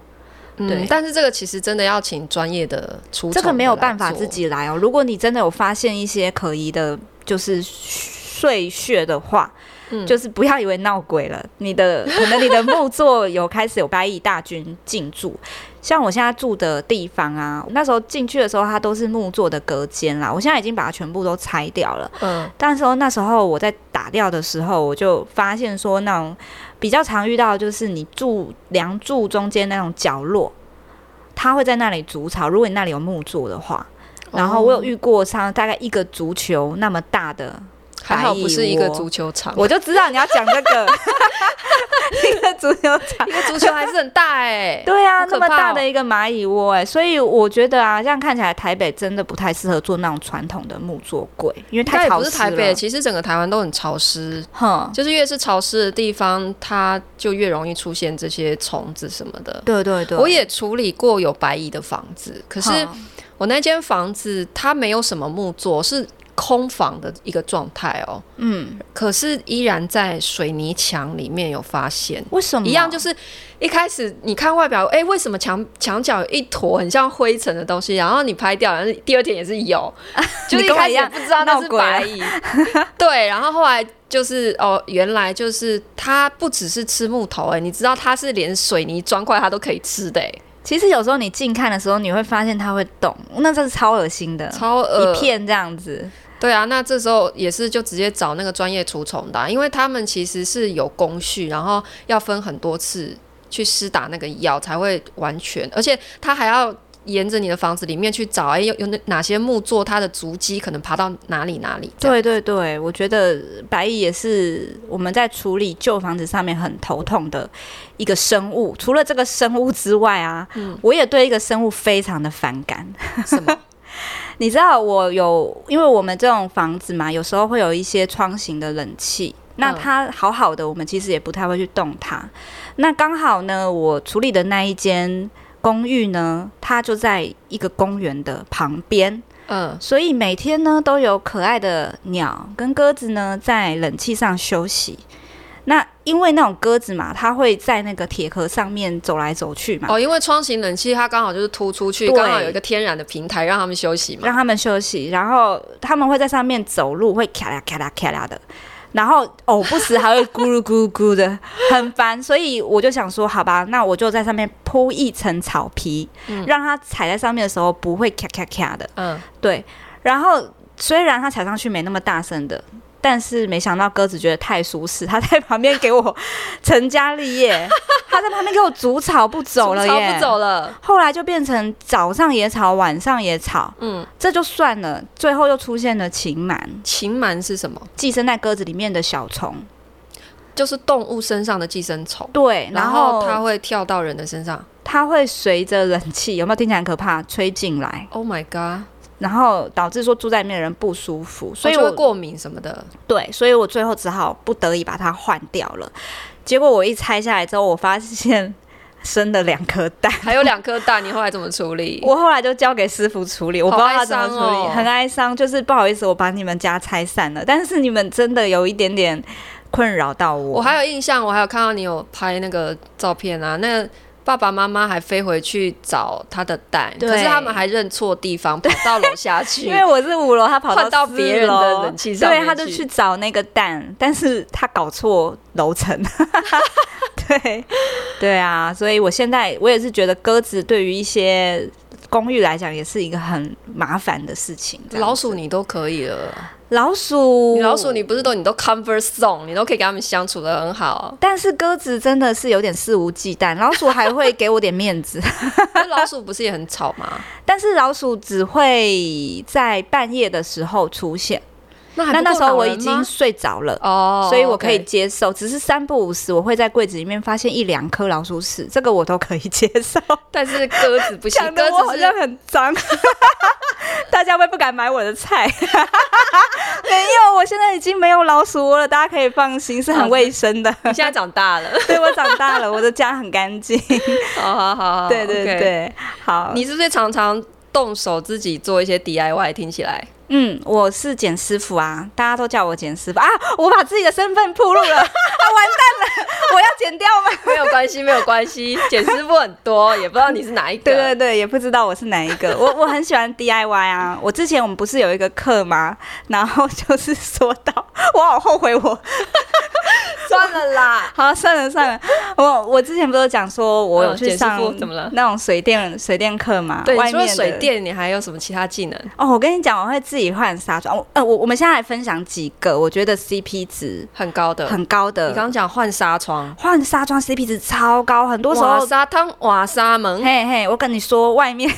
Speaker 2: 对
Speaker 1: 嗯，但是这个其实真的要请专业的除虫的
Speaker 2: 这个没有
Speaker 1: 来
Speaker 2: 办法
Speaker 1: 做
Speaker 2: 自己来哦。如果你真的有发现一些可疑的，就是碎屑的话，
Speaker 1: 嗯
Speaker 2: 就是不要以为闹鬼了，你的可能你的木座有开始有白蚁大军进驻。像我现在住的地方啊，那时候进去的时候它都是木座的隔间啦，我现在已经把它全部都拆掉了。
Speaker 1: 嗯。
Speaker 2: 但是哦那时候我在打掉的时候，我就发现说，那种比较常遇到的就是你住梁柱中间那种角落，它会在那里筑巢。如果你那里有木座的话，然后我有遇过像大概一个足球那么大的，
Speaker 1: 还好
Speaker 2: 白蚁
Speaker 1: 不是一个
Speaker 2: 窝
Speaker 1: 足球场，
Speaker 2: 我就知道你要讲这个一个足球 场
Speaker 1: 一。个足球还是很大哎、
Speaker 2: 对啊，
Speaker 1: 好可
Speaker 2: 那么
Speaker 1: 怕
Speaker 2: 大
Speaker 1: 哦
Speaker 2: 的一个蚂蚁窝哎、所以我觉得啊，这样看起来台北真的不太适合做那种传统的木座柜，因为
Speaker 1: 它
Speaker 2: 太
Speaker 1: 也
Speaker 2: 潮
Speaker 1: 不
Speaker 2: 湿
Speaker 1: 是
Speaker 2: 了。
Speaker 1: 台北，其实整个台湾都很潮湿，
Speaker 2: 哼，
Speaker 1: 就是越是潮湿的地方，它就越容易出现这些虫子什么的。
Speaker 2: 对对对，
Speaker 1: 我也处理过有白蚁的房子，可
Speaker 2: 可
Speaker 1: 是我那间房子它没有什么木座，是空房的一个状态哦。
Speaker 2: 嗯，
Speaker 1: 可是依然在水泥墙里面有发现，
Speaker 2: 为什么
Speaker 1: 一样就是是一开始你看外表，哎、为什么墙墙角有一坨很像灰尘的东西？然后你拍掉，然后第二天也是 有，就是
Speaker 2: 你
Speaker 1: 一
Speaker 2: 跟我
Speaker 1: 开始
Speaker 2: 一
Speaker 1: 也
Speaker 2: 样
Speaker 1: 不知道那
Speaker 2: 闹
Speaker 1: 是
Speaker 2: 鬼啊
Speaker 1: 白
Speaker 2: 了
Speaker 1: 蚁， 对，然后后来就是哦，原来就是它不只是吃木头、哎，你知道它是连水泥砖块它都可以吃的、哎，
Speaker 2: 其实有时候你近看的时候，你会发现它会动，那真是超恶心的，
Speaker 1: 超恶
Speaker 2: 嗯一片这样子。
Speaker 1: 对啊，那这时候也是就直接找那个专业除虫的啊、因为他们其实是有工序，然后要分很多次去施打那个药才会完全，而且他还要沿着你的房子里面去找，哎，有有哪哪些木座它的足迹可能爬到哪里哪里。
Speaker 2: 对对对，我觉得白蚁也是我们在处理旧房子上面很头痛的一个生物。除了这个生物之外啊，我也对一个生物非常的反感。
Speaker 1: 什 么？
Speaker 2: 你知道我有，因为我们这种房子嘛，有时候会有一些窗型的冷气，那
Speaker 1: 嗯
Speaker 2: 它好好的，我们其实也不太会去动它。那刚好呢，我处理的那一间公寓呢，它就在一个公园的旁边，
Speaker 1: 嗯，
Speaker 2: 所以每天呢都有可爱的鸟跟鸽子呢在冷气上休息。那因为那种鸽子嘛，它会在那个铁壳上面走来走去嘛，
Speaker 1: 哦，因为窗型冷气它刚好就是突出去，
Speaker 2: 对
Speaker 1: 刚好有一个天然的平台让他们休息嘛。
Speaker 2: 让他们休息，然后他们会在上面走路，会咔啦咔啦咔啦的，然后偶不时还会咕噜咕噜咕的，很烦。所以我就想说，好吧，那我就在上面铺一层草皮，让它踩在上面的时候不会咔咔咔的。
Speaker 1: 嗯，
Speaker 2: 对，然后虽然它踩上去没那么大声的。但是没想到鸽子觉得太舒适，它在旁边给我成家立业，它在旁边给我煮草不走了
Speaker 1: 超
Speaker 2: 耶，
Speaker 1: 不走了。
Speaker 2: 后来就变成早上也吵，晚上也吵，
Speaker 1: 嗯，
Speaker 2: 这就算了。最后又出现了禽螨，
Speaker 1: 禽螨是什么？
Speaker 2: 寄生在鸽子里面的小虫。
Speaker 1: 就是动物身上的寄生虫，
Speaker 2: 对，然
Speaker 1: 然后
Speaker 2: 后
Speaker 1: 它
Speaker 2: 它
Speaker 1: 会跳到人的身上。
Speaker 2: 它会随着冷气，有没有听起来很可怕？吹进来，
Speaker 1: Oh my god！
Speaker 2: 然后导致说住在里面的人不舒服，
Speaker 1: 所
Speaker 2: 所
Speaker 1: 以
Speaker 2: 以
Speaker 1: 哦会
Speaker 2: 我
Speaker 1: 过敏什么的。
Speaker 2: 对，所以我最后只好不得已把它换掉了。结果我一拆下来之后，我发现 生了两颗蛋。
Speaker 1: 还有两颗蛋，你后来怎么处 理？
Speaker 2: 我后来就交给师傅处理，我不知道他怎么处
Speaker 1: 好哀伤
Speaker 2: 理，
Speaker 1: 哦
Speaker 2: 很哀伤，就是不好意思，我把你们家拆散了，但是你们真的有一点点困扰到我。
Speaker 1: 我还有印象，我还有看到你有拍那个照片啊，那爸爸妈妈还飞回去找他的蛋，
Speaker 2: 对
Speaker 1: 可是他们还认错地方，跑到楼下 去
Speaker 2: 因。为我是五楼，他跑
Speaker 1: 换到
Speaker 2: 四
Speaker 1: 别人的
Speaker 2: 楼
Speaker 1: 冷气上面
Speaker 2: 对，他就
Speaker 1: 去
Speaker 2: 去找那个蛋，但是他搞错楼层。 对，对啊，所以我现在我也是觉得鸽子对于一些公寓来讲，也是一个很麻烦的事情。这样
Speaker 1: 老鼠你都可以了，
Speaker 2: 老鼠，。
Speaker 1: 你老鼠你不是都你都 comfort zone，你都可以跟他们相处的很好
Speaker 2: 但是鸽子真的是有点肆无忌惮，老鼠还会给我点面子，
Speaker 1: 可是老鼠不是也很吵吗？
Speaker 2: 但是老鼠只会在半夜的时候出现。
Speaker 1: 那还
Speaker 2: 那
Speaker 1: 不够
Speaker 2: 那时候我
Speaker 1: 恼
Speaker 2: 已
Speaker 1: 人
Speaker 2: 经
Speaker 1: 吗
Speaker 2: 睡着了。
Speaker 1: 哦，
Speaker 2: 所以我可以
Speaker 1: OK
Speaker 2: 接受，只是三不五时我会在柜子里面发现一两颗老鼠屎，这个我都可以接 受。
Speaker 1: 但是鸽子不行，
Speaker 2: 讲的
Speaker 1: 鸽
Speaker 2: 我
Speaker 1: 子
Speaker 2: 好
Speaker 1: 是
Speaker 2: 像很脏， 大家会不敢买我的菜。 没有，我现在已经没有老鼠窝了，大家可以放心，是很卫生的。
Speaker 1: 你现在长大了，
Speaker 2: 啊对我长大了，我的家很干净。
Speaker 1: 好好好好，
Speaker 2: 对对
Speaker 1: OK
Speaker 2: 对，好，
Speaker 1: 你是不是常常动手自己做一些 DIY？听起来，
Speaker 2: 嗯，我是简师傅啊，大家都叫我简师傅啊，我把自己的身份暴露了 啊，完蛋了，我要剪掉吗？
Speaker 1: 没有关系，没有关 系。剪师傅很多，也不知道你是哪一个。
Speaker 2: 对对对，也不知道我是哪一个，我我很喜欢 DIY 啊，我之前我们不是有一个课吗？然后就是说到， 我好后悔我，
Speaker 1: 算了啦。
Speaker 2: 好算了算了，我我之前不是有讲说我有
Speaker 1: 嗯
Speaker 2: 去
Speaker 1: 简师
Speaker 2: 上、
Speaker 1: 傅怎么了
Speaker 2: 那种水电水电课嘛，
Speaker 1: 对，
Speaker 2: 外
Speaker 1: 除了
Speaker 2: 面的
Speaker 1: 水电，你还有什么其他技能？
Speaker 2: 哦，我跟你讲，我会自己换纱窗，我呃我我们现在来分享几个我觉得 CP 值
Speaker 1: 很高的。
Speaker 2: 很
Speaker 1: 呃
Speaker 2: 高
Speaker 1: 你
Speaker 2: 的
Speaker 1: 刚刚讲换纱窗，
Speaker 2: 换纱窗 CP 值超高，很多时
Speaker 1: 瓦
Speaker 2: 候，
Speaker 1: 沙汤、瓦沙门，
Speaker 2: 嘿嘿，我跟你说，外面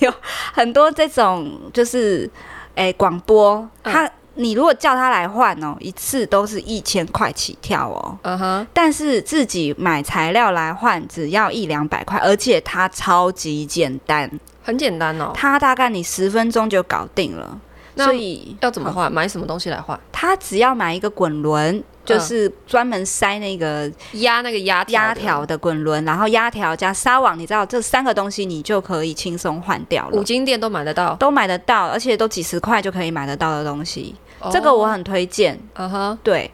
Speaker 2: 有很多这种就是，哎、广播
Speaker 1: 嗯
Speaker 2: 它。你如果叫他来换哦，一次都是一千块起跳哦。
Speaker 1: 嗯哼，
Speaker 2: 但是自己买材料来换，只要一两百块，而且它超级简单，
Speaker 1: 很简单哦。
Speaker 2: 它大概你十分钟就搞定了。
Speaker 1: 那
Speaker 2: 所以
Speaker 1: 要怎么换？买什么东西来换？
Speaker 2: 他只要买一个滚
Speaker 1: 嗯
Speaker 2: 轮，就是专门塞那个
Speaker 1: 压那个压
Speaker 2: 压
Speaker 1: 的
Speaker 2: 条的滚轮，然后压条加纱网，你知道这三个东西你就可以轻松换掉
Speaker 1: 五
Speaker 2: 了，
Speaker 1: 金店都买得到。
Speaker 2: 都买得到，而且都几十块就可以买得到的东西，这个
Speaker 1: 哦，
Speaker 2: 我很推荐。
Speaker 1: 嗯哼，
Speaker 2: 对，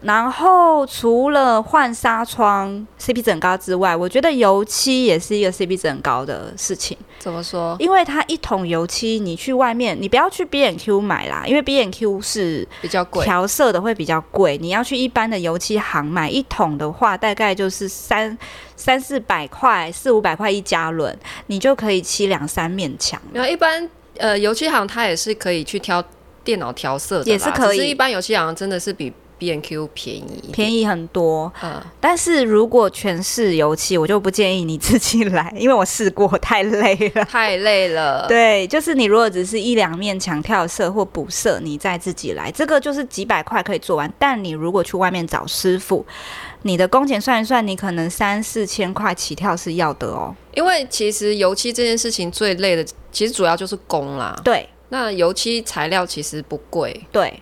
Speaker 2: 然后除了换纱窗 CP 值很高之外，我觉得油漆也是一个 CP 值很高的事情。
Speaker 1: 怎么说？
Speaker 2: 因为它一桶油漆，你去外面，你不要去 B N Q 买啦，因为 B N Q 是
Speaker 1: 比较贵。
Speaker 2: 调色的会比较贵，你要去一般的油漆行买一桶的话，大概就是三三四百块、四五百块一加仑，你就可以漆两三面墙了。
Speaker 1: 没有，一般呃，油漆行它也是可以去挑电脑调色的啦，
Speaker 2: 也是可以
Speaker 1: 只是一般油漆行真的是比 B N Q 便宜。
Speaker 2: 便宜很多，
Speaker 1: 嗯，
Speaker 2: 但是如果全是油漆，我就不建议你自己来，因为我试过，太累了。
Speaker 1: 太累了。
Speaker 2: 对，就是你如果只是一两面墙跳色或补色，你再自己来，这个就是几百块可以做完。但你如果去外面找师傅，你的工钱算一算，你可能三四千块起跳是要的哦。
Speaker 1: 因为其实油漆这件事情最累的，其实主要就是工啦。
Speaker 2: 对
Speaker 1: 那油漆材料其实不贵，
Speaker 2: 对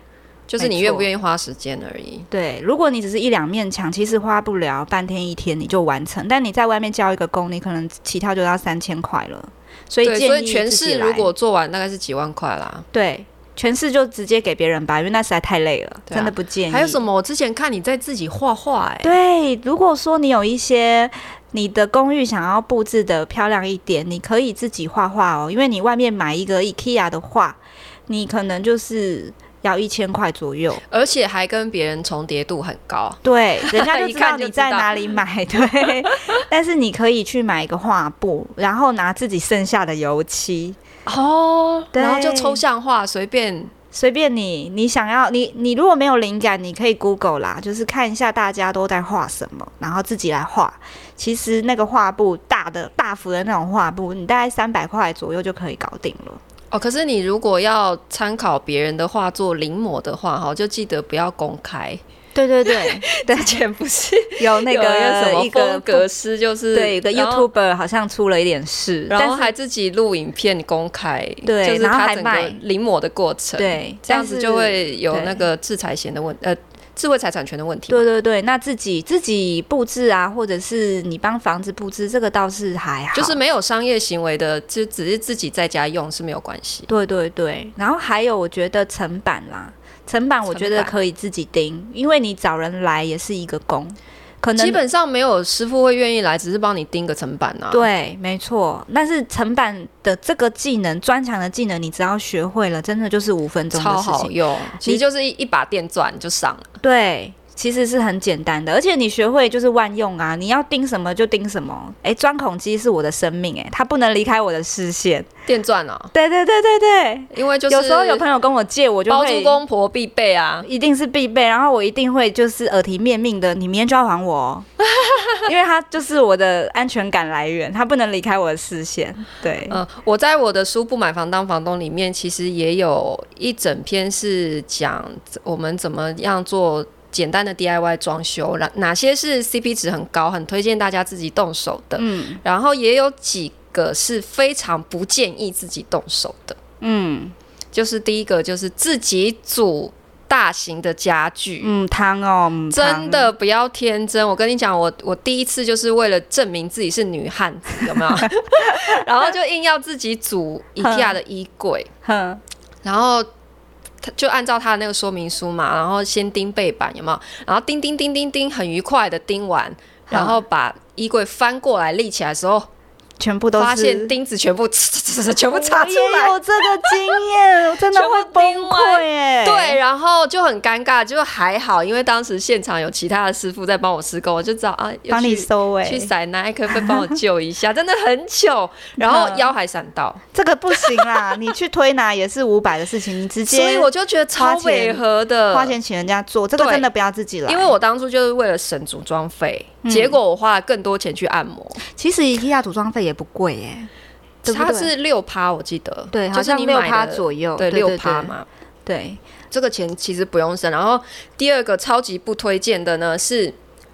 Speaker 1: 就是你
Speaker 2: 没错
Speaker 1: 愿不愿意花时间而已。
Speaker 2: 对，如果你只是一两面墙，其实花不了半天一天你就完成。但你在外面交一个工，你可能起跳就要三千块了。所以
Speaker 1: 对，
Speaker 2: 建议
Speaker 1: 所以全
Speaker 2: 自己
Speaker 1: 市
Speaker 2: 来
Speaker 1: 如果做完大概是几万块啦。
Speaker 2: 对全市就直接给别人吧，因为那实在太累了，
Speaker 1: 对啊
Speaker 2: 真的不建议。
Speaker 1: 还有什
Speaker 2: 么？
Speaker 1: 么？我之前看你在自己画画、欸，
Speaker 2: 对，如果说你有一些你的公寓想要布置的漂亮一点，你可以自己画画哦，因为你外面买一个 IKEA 的画，你可能就是要一千块左右。
Speaker 1: 而且还跟别人重叠度很高。
Speaker 2: 对，人家就
Speaker 1: 一
Speaker 2: 知
Speaker 1: 看
Speaker 2: 道
Speaker 1: 就
Speaker 2: 你
Speaker 1: 知
Speaker 2: 在
Speaker 1: 道
Speaker 2: 哪里买。 对，但是你可以去买一个画布，然后拿自己剩下的油漆，
Speaker 1: 哦，
Speaker 2: 对
Speaker 1: 然后就抽象画，随便
Speaker 2: 随便你，你想要你你如果没有灵感，你可以 Google 啦，就是看一下大家都在画什么，然后自己来画。其实那个画布大的大幅的那种画布，你大概三百块左右就可以搞定了。
Speaker 1: 哦，可是你如果要参考别人的画作临摹的话，哈，就记得不要公开。
Speaker 2: 对对对，
Speaker 1: 之前不是
Speaker 2: 有 那
Speaker 1: 有
Speaker 2: 个
Speaker 1: 个什么
Speaker 2: 一个
Speaker 1: 风格师，就是
Speaker 2: 对，有个
Speaker 1: 然后
Speaker 2: YouTuber 好像出了一点事，
Speaker 1: 然
Speaker 2: 但
Speaker 1: 后
Speaker 2: 是
Speaker 1: 还自己录影片公开，
Speaker 2: 对
Speaker 1: 就是
Speaker 2: 然后
Speaker 1: 他
Speaker 2: 还
Speaker 1: 整个
Speaker 2: 卖
Speaker 1: 临摹的过程，，
Speaker 2: 对，
Speaker 1: 这样
Speaker 2: 但
Speaker 1: 子
Speaker 2: 是
Speaker 1: 就会有
Speaker 2: 对
Speaker 1: 那个制裁权的问，呃，智慧财产权的问题。
Speaker 2: 对对对，那自己自己布置啊，或者是你帮房子布置，这个倒是还好。
Speaker 1: 就是没有商业行为的，就只是自己在家用是没有关系。
Speaker 2: 对对对，然后还有我觉得层板啦，层板我觉
Speaker 1: 层
Speaker 2: 得
Speaker 1: 板
Speaker 2: 可以自己钉，因为你找人来也是一个工，可能
Speaker 1: 基本上没有师傅会愿意来，只是帮你钉个层板啊。
Speaker 2: 对，没错。但是层板的这个技能，专长的技能，你只要学会了，真的就是五分钟的
Speaker 1: 超
Speaker 2: 事
Speaker 1: 好
Speaker 2: 情。
Speaker 1: 用，其实就是一一把电钻就上了。
Speaker 2: 对，其实是很简单的，而且你学会就是万用啊，你要钉什么就钉什么。诶，钻孔机是我的生命、诶，它不能离开我的视线。
Speaker 1: 电钻啊，
Speaker 2: 对对对对对，
Speaker 1: 因为就是
Speaker 2: 有时候有朋友跟我借，我就
Speaker 1: 包租
Speaker 2: 会
Speaker 1: 公婆必备啊。
Speaker 2: 一定是必备，然后我一定会就是耳提面命的，你明天就要还我、 哦，因为它就是我的安全感来源，它不能离开我的视线。对，
Speaker 1: 嗯、我在我的书《不买房当房东》里面，其实也有一整篇是讲我们怎么样做简单的 DIY 装修，哪哪些是 CP 值很高，很推荐大家自己动手的。
Speaker 2: 嗯
Speaker 1: 然后也有几个是非常不建议自己动手的，
Speaker 2: 嗯
Speaker 1: 就是第一个就是自己组大型的家具，
Speaker 2: 嗯，汤哦，嗯
Speaker 1: 真，的不要天真，我跟你讲，我我第一次就是为了证明自己是女汉 子，有没有？然后就硬要自己组 IKEA 的衣柜，
Speaker 2: 汤哼，
Speaker 1: 然后他就按照他的那个说明书嘛，然后先钉背板，有没有？然后钉钉钉钉钉，很愉快的钉完，然后把衣柜翻过来立起来的时候，
Speaker 2: 全部都是
Speaker 1: 发现钉子全部全部插出
Speaker 2: 我也
Speaker 1: 来。
Speaker 2: 有这个 经验，我真的会崩溃哎。
Speaker 1: 对，，然后就很尴尬，就还好，因为当时现场有其他的师傅在帮我施工，我就知道啊，又
Speaker 2: 帮你
Speaker 1: 去
Speaker 2: 收尾、
Speaker 1: 去塞那一颗，会帮我救一下，真的很 糗，然后腰还闪到，
Speaker 2: 这个不行 啦，你去推拿也是五百的事情，你直
Speaker 1: 所以
Speaker 2: 接
Speaker 1: 我就觉得超
Speaker 2: 花钱
Speaker 1: 违和的，
Speaker 2: 花钱请人家做，这个
Speaker 1: 对
Speaker 2: 真的不要自己来，
Speaker 1: 因为我当初就是为了省组装费，
Speaker 2: 嗯
Speaker 1: 结果我花了更多钱去按摩，
Speaker 2: 其实 IKEA 组装费也不贵耶、对不
Speaker 1: 它
Speaker 2: 对
Speaker 1: 是六趴，我记得，
Speaker 2: 对，
Speaker 1: 就
Speaker 2: 好
Speaker 1: 是
Speaker 2: 像
Speaker 1: 你
Speaker 2: 六
Speaker 1: 买
Speaker 2: 趴
Speaker 1: 的
Speaker 2: 左右，
Speaker 1: 对
Speaker 2: 对
Speaker 1: 六趴。嘛，
Speaker 2: 对对，
Speaker 1: 这个钱其实不用省。然后第二个超级不推荐的呢是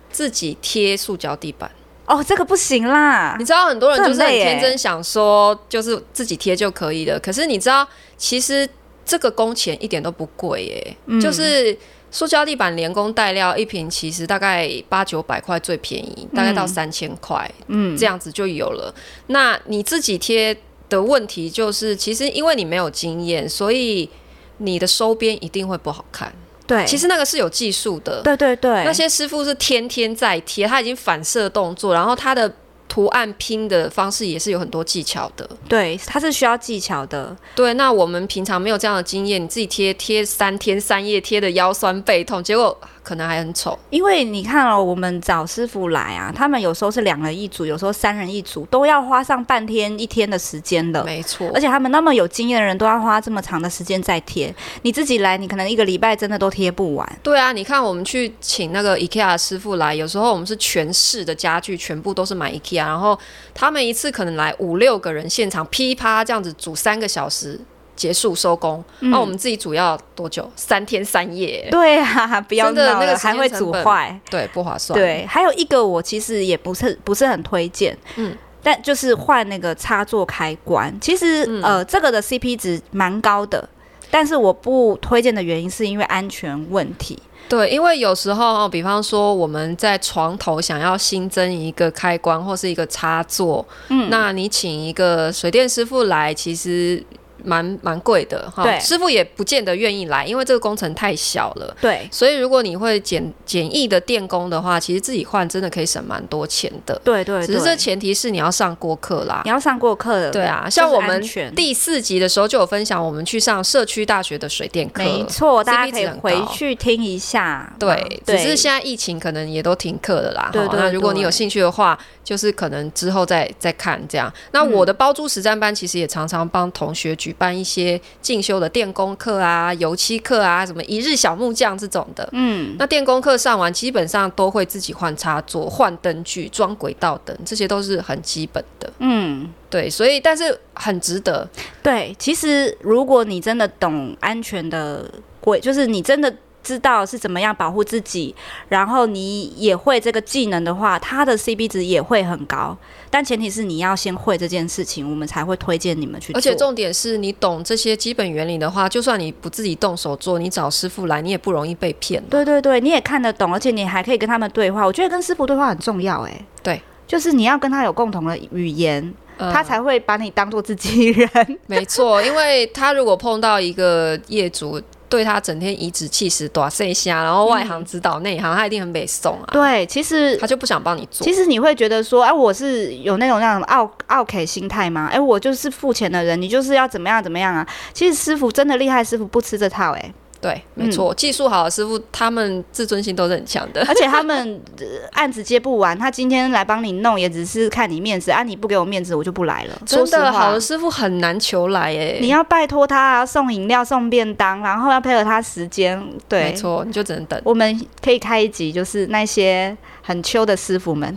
Speaker 1: 自己贴塑胶地板。
Speaker 2: 哦，这个不行啦
Speaker 1: 你。知道很多人就是
Speaker 2: 这
Speaker 1: 很
Speaker 2: 很累耶
Speaker 1: 天真想说，就是自己贴就可以了。可是你知道，其实这个工钱一点都不贵耶、
Speaker 2: 嗯
Speaker 1: 就是塑胶地板连工带料一瓶，其实大概八九百块最便宜，大概到
Speaker 2: 嗯
Speaker 1: 三千块
Speaker 2: 嗯
Speaker 1: 这样子就有了。那你自己贴的问题就是，其实因为你没有经验，所以你的收边一定会不好看。
Speaker 2: 对，
Speaker 1: 其
Speaker 2: 实
Speaker 1: 实那个是有技术的，
Speaker 2: 对对对，
Speaker 1: 那些师傅是天天在贴，他已经反射动作，然后他的图案拼的方式也是有很多技巧的。
Speaker 2: 对它是需要技巧的。
Speaker 1: 对，那我们平常没有这样的经验，你自己贴贴三天三夜，贴的腰酸背痛，结果可能还很丑。
Speaker 2: 因为你看哦，我们找师傅来啊，他们有时候是两人一组，有时候三人一组，都要花上半天一天的时间的。
Speaker 1: 没错
Speaker 2: 而，且他们那么有经验的人，都要花这么长的时间在贴。你自己来，你可能一个礼拜真的都贴不完。
Speaker 1: 对啊，你看我们去请那个 IKEA 的师傅来，有时候我们是全市的家具全部都是买 IKEA，然后他们一次可能来五六个人现场噼啪这样子煮三个小时。结束收工，那、
Speaker 2: 嗯
Speaker 1: 哦我们自己煮要多久？三天三夜，
Speaker 2: 对啊，不要
Speaker 1: 真的
Speaker 2: 闹
Speaker 1: 那个
Speaker 2: 了，
Speaker 1: 时间
Speaker 2: 还会
Speaker 1: 成
Speaker 2: 煮
Speaker 1: 本
Speaker 2: 坏。
Speaker 1: 对，不划算。
Speaker 2: 对，还有一个我其实也不是不是很推荐，
Speaker 1: 嗯
Speaker 2: 嗯，但就是换那个插座开关，其实、
Speaker 1: 嗯
Speaker 2: 呃这个的 CP 值蛮高的，但是我不推荐的原因是因为安全问题。
Speaker 1: 对，因为有时候、哦，比方说我们在床头想要新增一个开关或是一个插座，
Speaker 2: 嗯
Speaker 1: 那你请一个水电师傅来，其实蛮蛮贵的哈。
Speaker 2: 对
Speaker 1: 师傅也不见得愿意来，因为这个工程太小了。
Speaker 2: 对
Speaker 1: 所以如果你会简简易的电工的话，其实自己换真的可以省蛮多钱的。
Speaker 2: 对对
Speaker 1: 只是
Speaker 2: 对，
Speaker 1: 这前提是你要上过课啦
Speaker 2: 你。要上过课的，
Speaker 1: 对啊，
Speaker 2: 就是
Speaker 1: 像我
Speaker 2: 安
Speaker 1: 们
Speaker 2: 全
Speaker 1: 第四集的时候就有分享，我们去上社区大学的水电课，
Speaker 2: 没错，
Speaker 1: CP
Speaker 2: 大家可以
Speaker 1: 值很
Speaker 2: 回
Speaker 1: 高
Speaker 2: 去听一下。
Speaker 1: 对，只
Speaker 2: 对
Speaker 1: 是现在疫情可能也都停课了啦。
Speaker 2: 对
Speaker 1: 哈
Speaker 2: 对
Speaker 1: 那如果你
Speaker 2: 对
Speaker 1: 有兴趣的话，就是可能之后再再看这样。那
Speaker 2: 嗯
Speaker 1: 我的包租实战班其实也常常帮同学举办一些进修的电工课啊、油漆课啊、什么一日小木匠这种的。
Speaker 2: 嗯，
Speaker 1: 那电工课上完，基本上都会自己换插座、换灯具、装轨道灯，这些都是很基本的。
Speaker 2: 嗯。
Speaker 1: 对，所以但是很值得。
Speaker 2: 对，其实如果你真的懂安全的规，就是你真的知道是怎么样保护自己，然后你也会这个技能的话，它的 CP 值也会很高。但前提是你要先会这件事情，我们才会推荐你们去做。
Speaker 1: 而且重点是你懂这些基本原理的话，就算你不自己动手做，你找师傅来，你也不容易被骗。
Speaker 2: 对对对，你也看得懂，而且你还可以跟他们对话。我觉得跟师傅对话很重要、欸，哎，
Speaker 1: 对，
Speaker 2: 就是你要跟他有共同的语言，
Speaker 1: 呃
Speaker 2: 他才会把你当做自己 人。
Speaker 1: 没错，因为他如果碰到一个业主对他整天颐指气使、短碎瞎，然后外行指导内行，他一定很北宋啊，
Speaker 2: 对，其实
Speaker 1: 他就不想帮你做。
Speaker 2: 其实你会觉得说，哎、我是有那种那种傲傲 K 心态吗？哎、我就是付钱的人，你就是要怎么样怎么样啊？其实师傅真的厉害，师傅不吃这套、哎，
Speaker 1: 对，没错，技术好的师傅，他们自尊心都是很强的。
Speaker 2: 而且他们、呃案子接不完，他今天来帮你弄，也只是看你面子啊，你不给我面子，我就不来了。
Speaker 1: 真
Speaker 2: 说实
Speaker 1: 的，
Speaker 2: 话
Speaker 1: 好的师傅很难求来诶、
Speaker 2: 你要拜托他啊，送饮料、送便当，然后要配合他时间。对，。
Speaker 1: 没错，你就只能等
Speaker 2: 我们可以开一集，就是那些很秋的师傅们。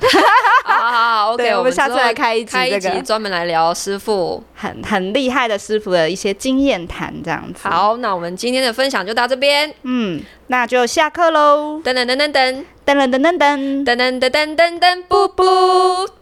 Speaker 1: 好好好，OK，
Speaker 2: 对，
Speaker 1: 我
Speaker 2: 我
Speaker 1: 们
Speaker 2: 们下次
Speaker 1: 之后
Speaker 2: 来开一集
Speaker 1: 开
Speaker 2: 这
Speaker 1: 一集
Speaker 2: 个
Speaker 1: 专门来聊师傅。
Speaker 2: 很很厉害的师傅的一些经验谈，这样子。
Speaker 1: 好，那我们今天的分享就到这边。
Speaker 2: 嗯，那就下课喽！
Speaker 1: 噔噔噔噔噔
Speaker 2: 噔噔噔噔噔。
Speaker 1: 噔噔噔噔噔噔，布布。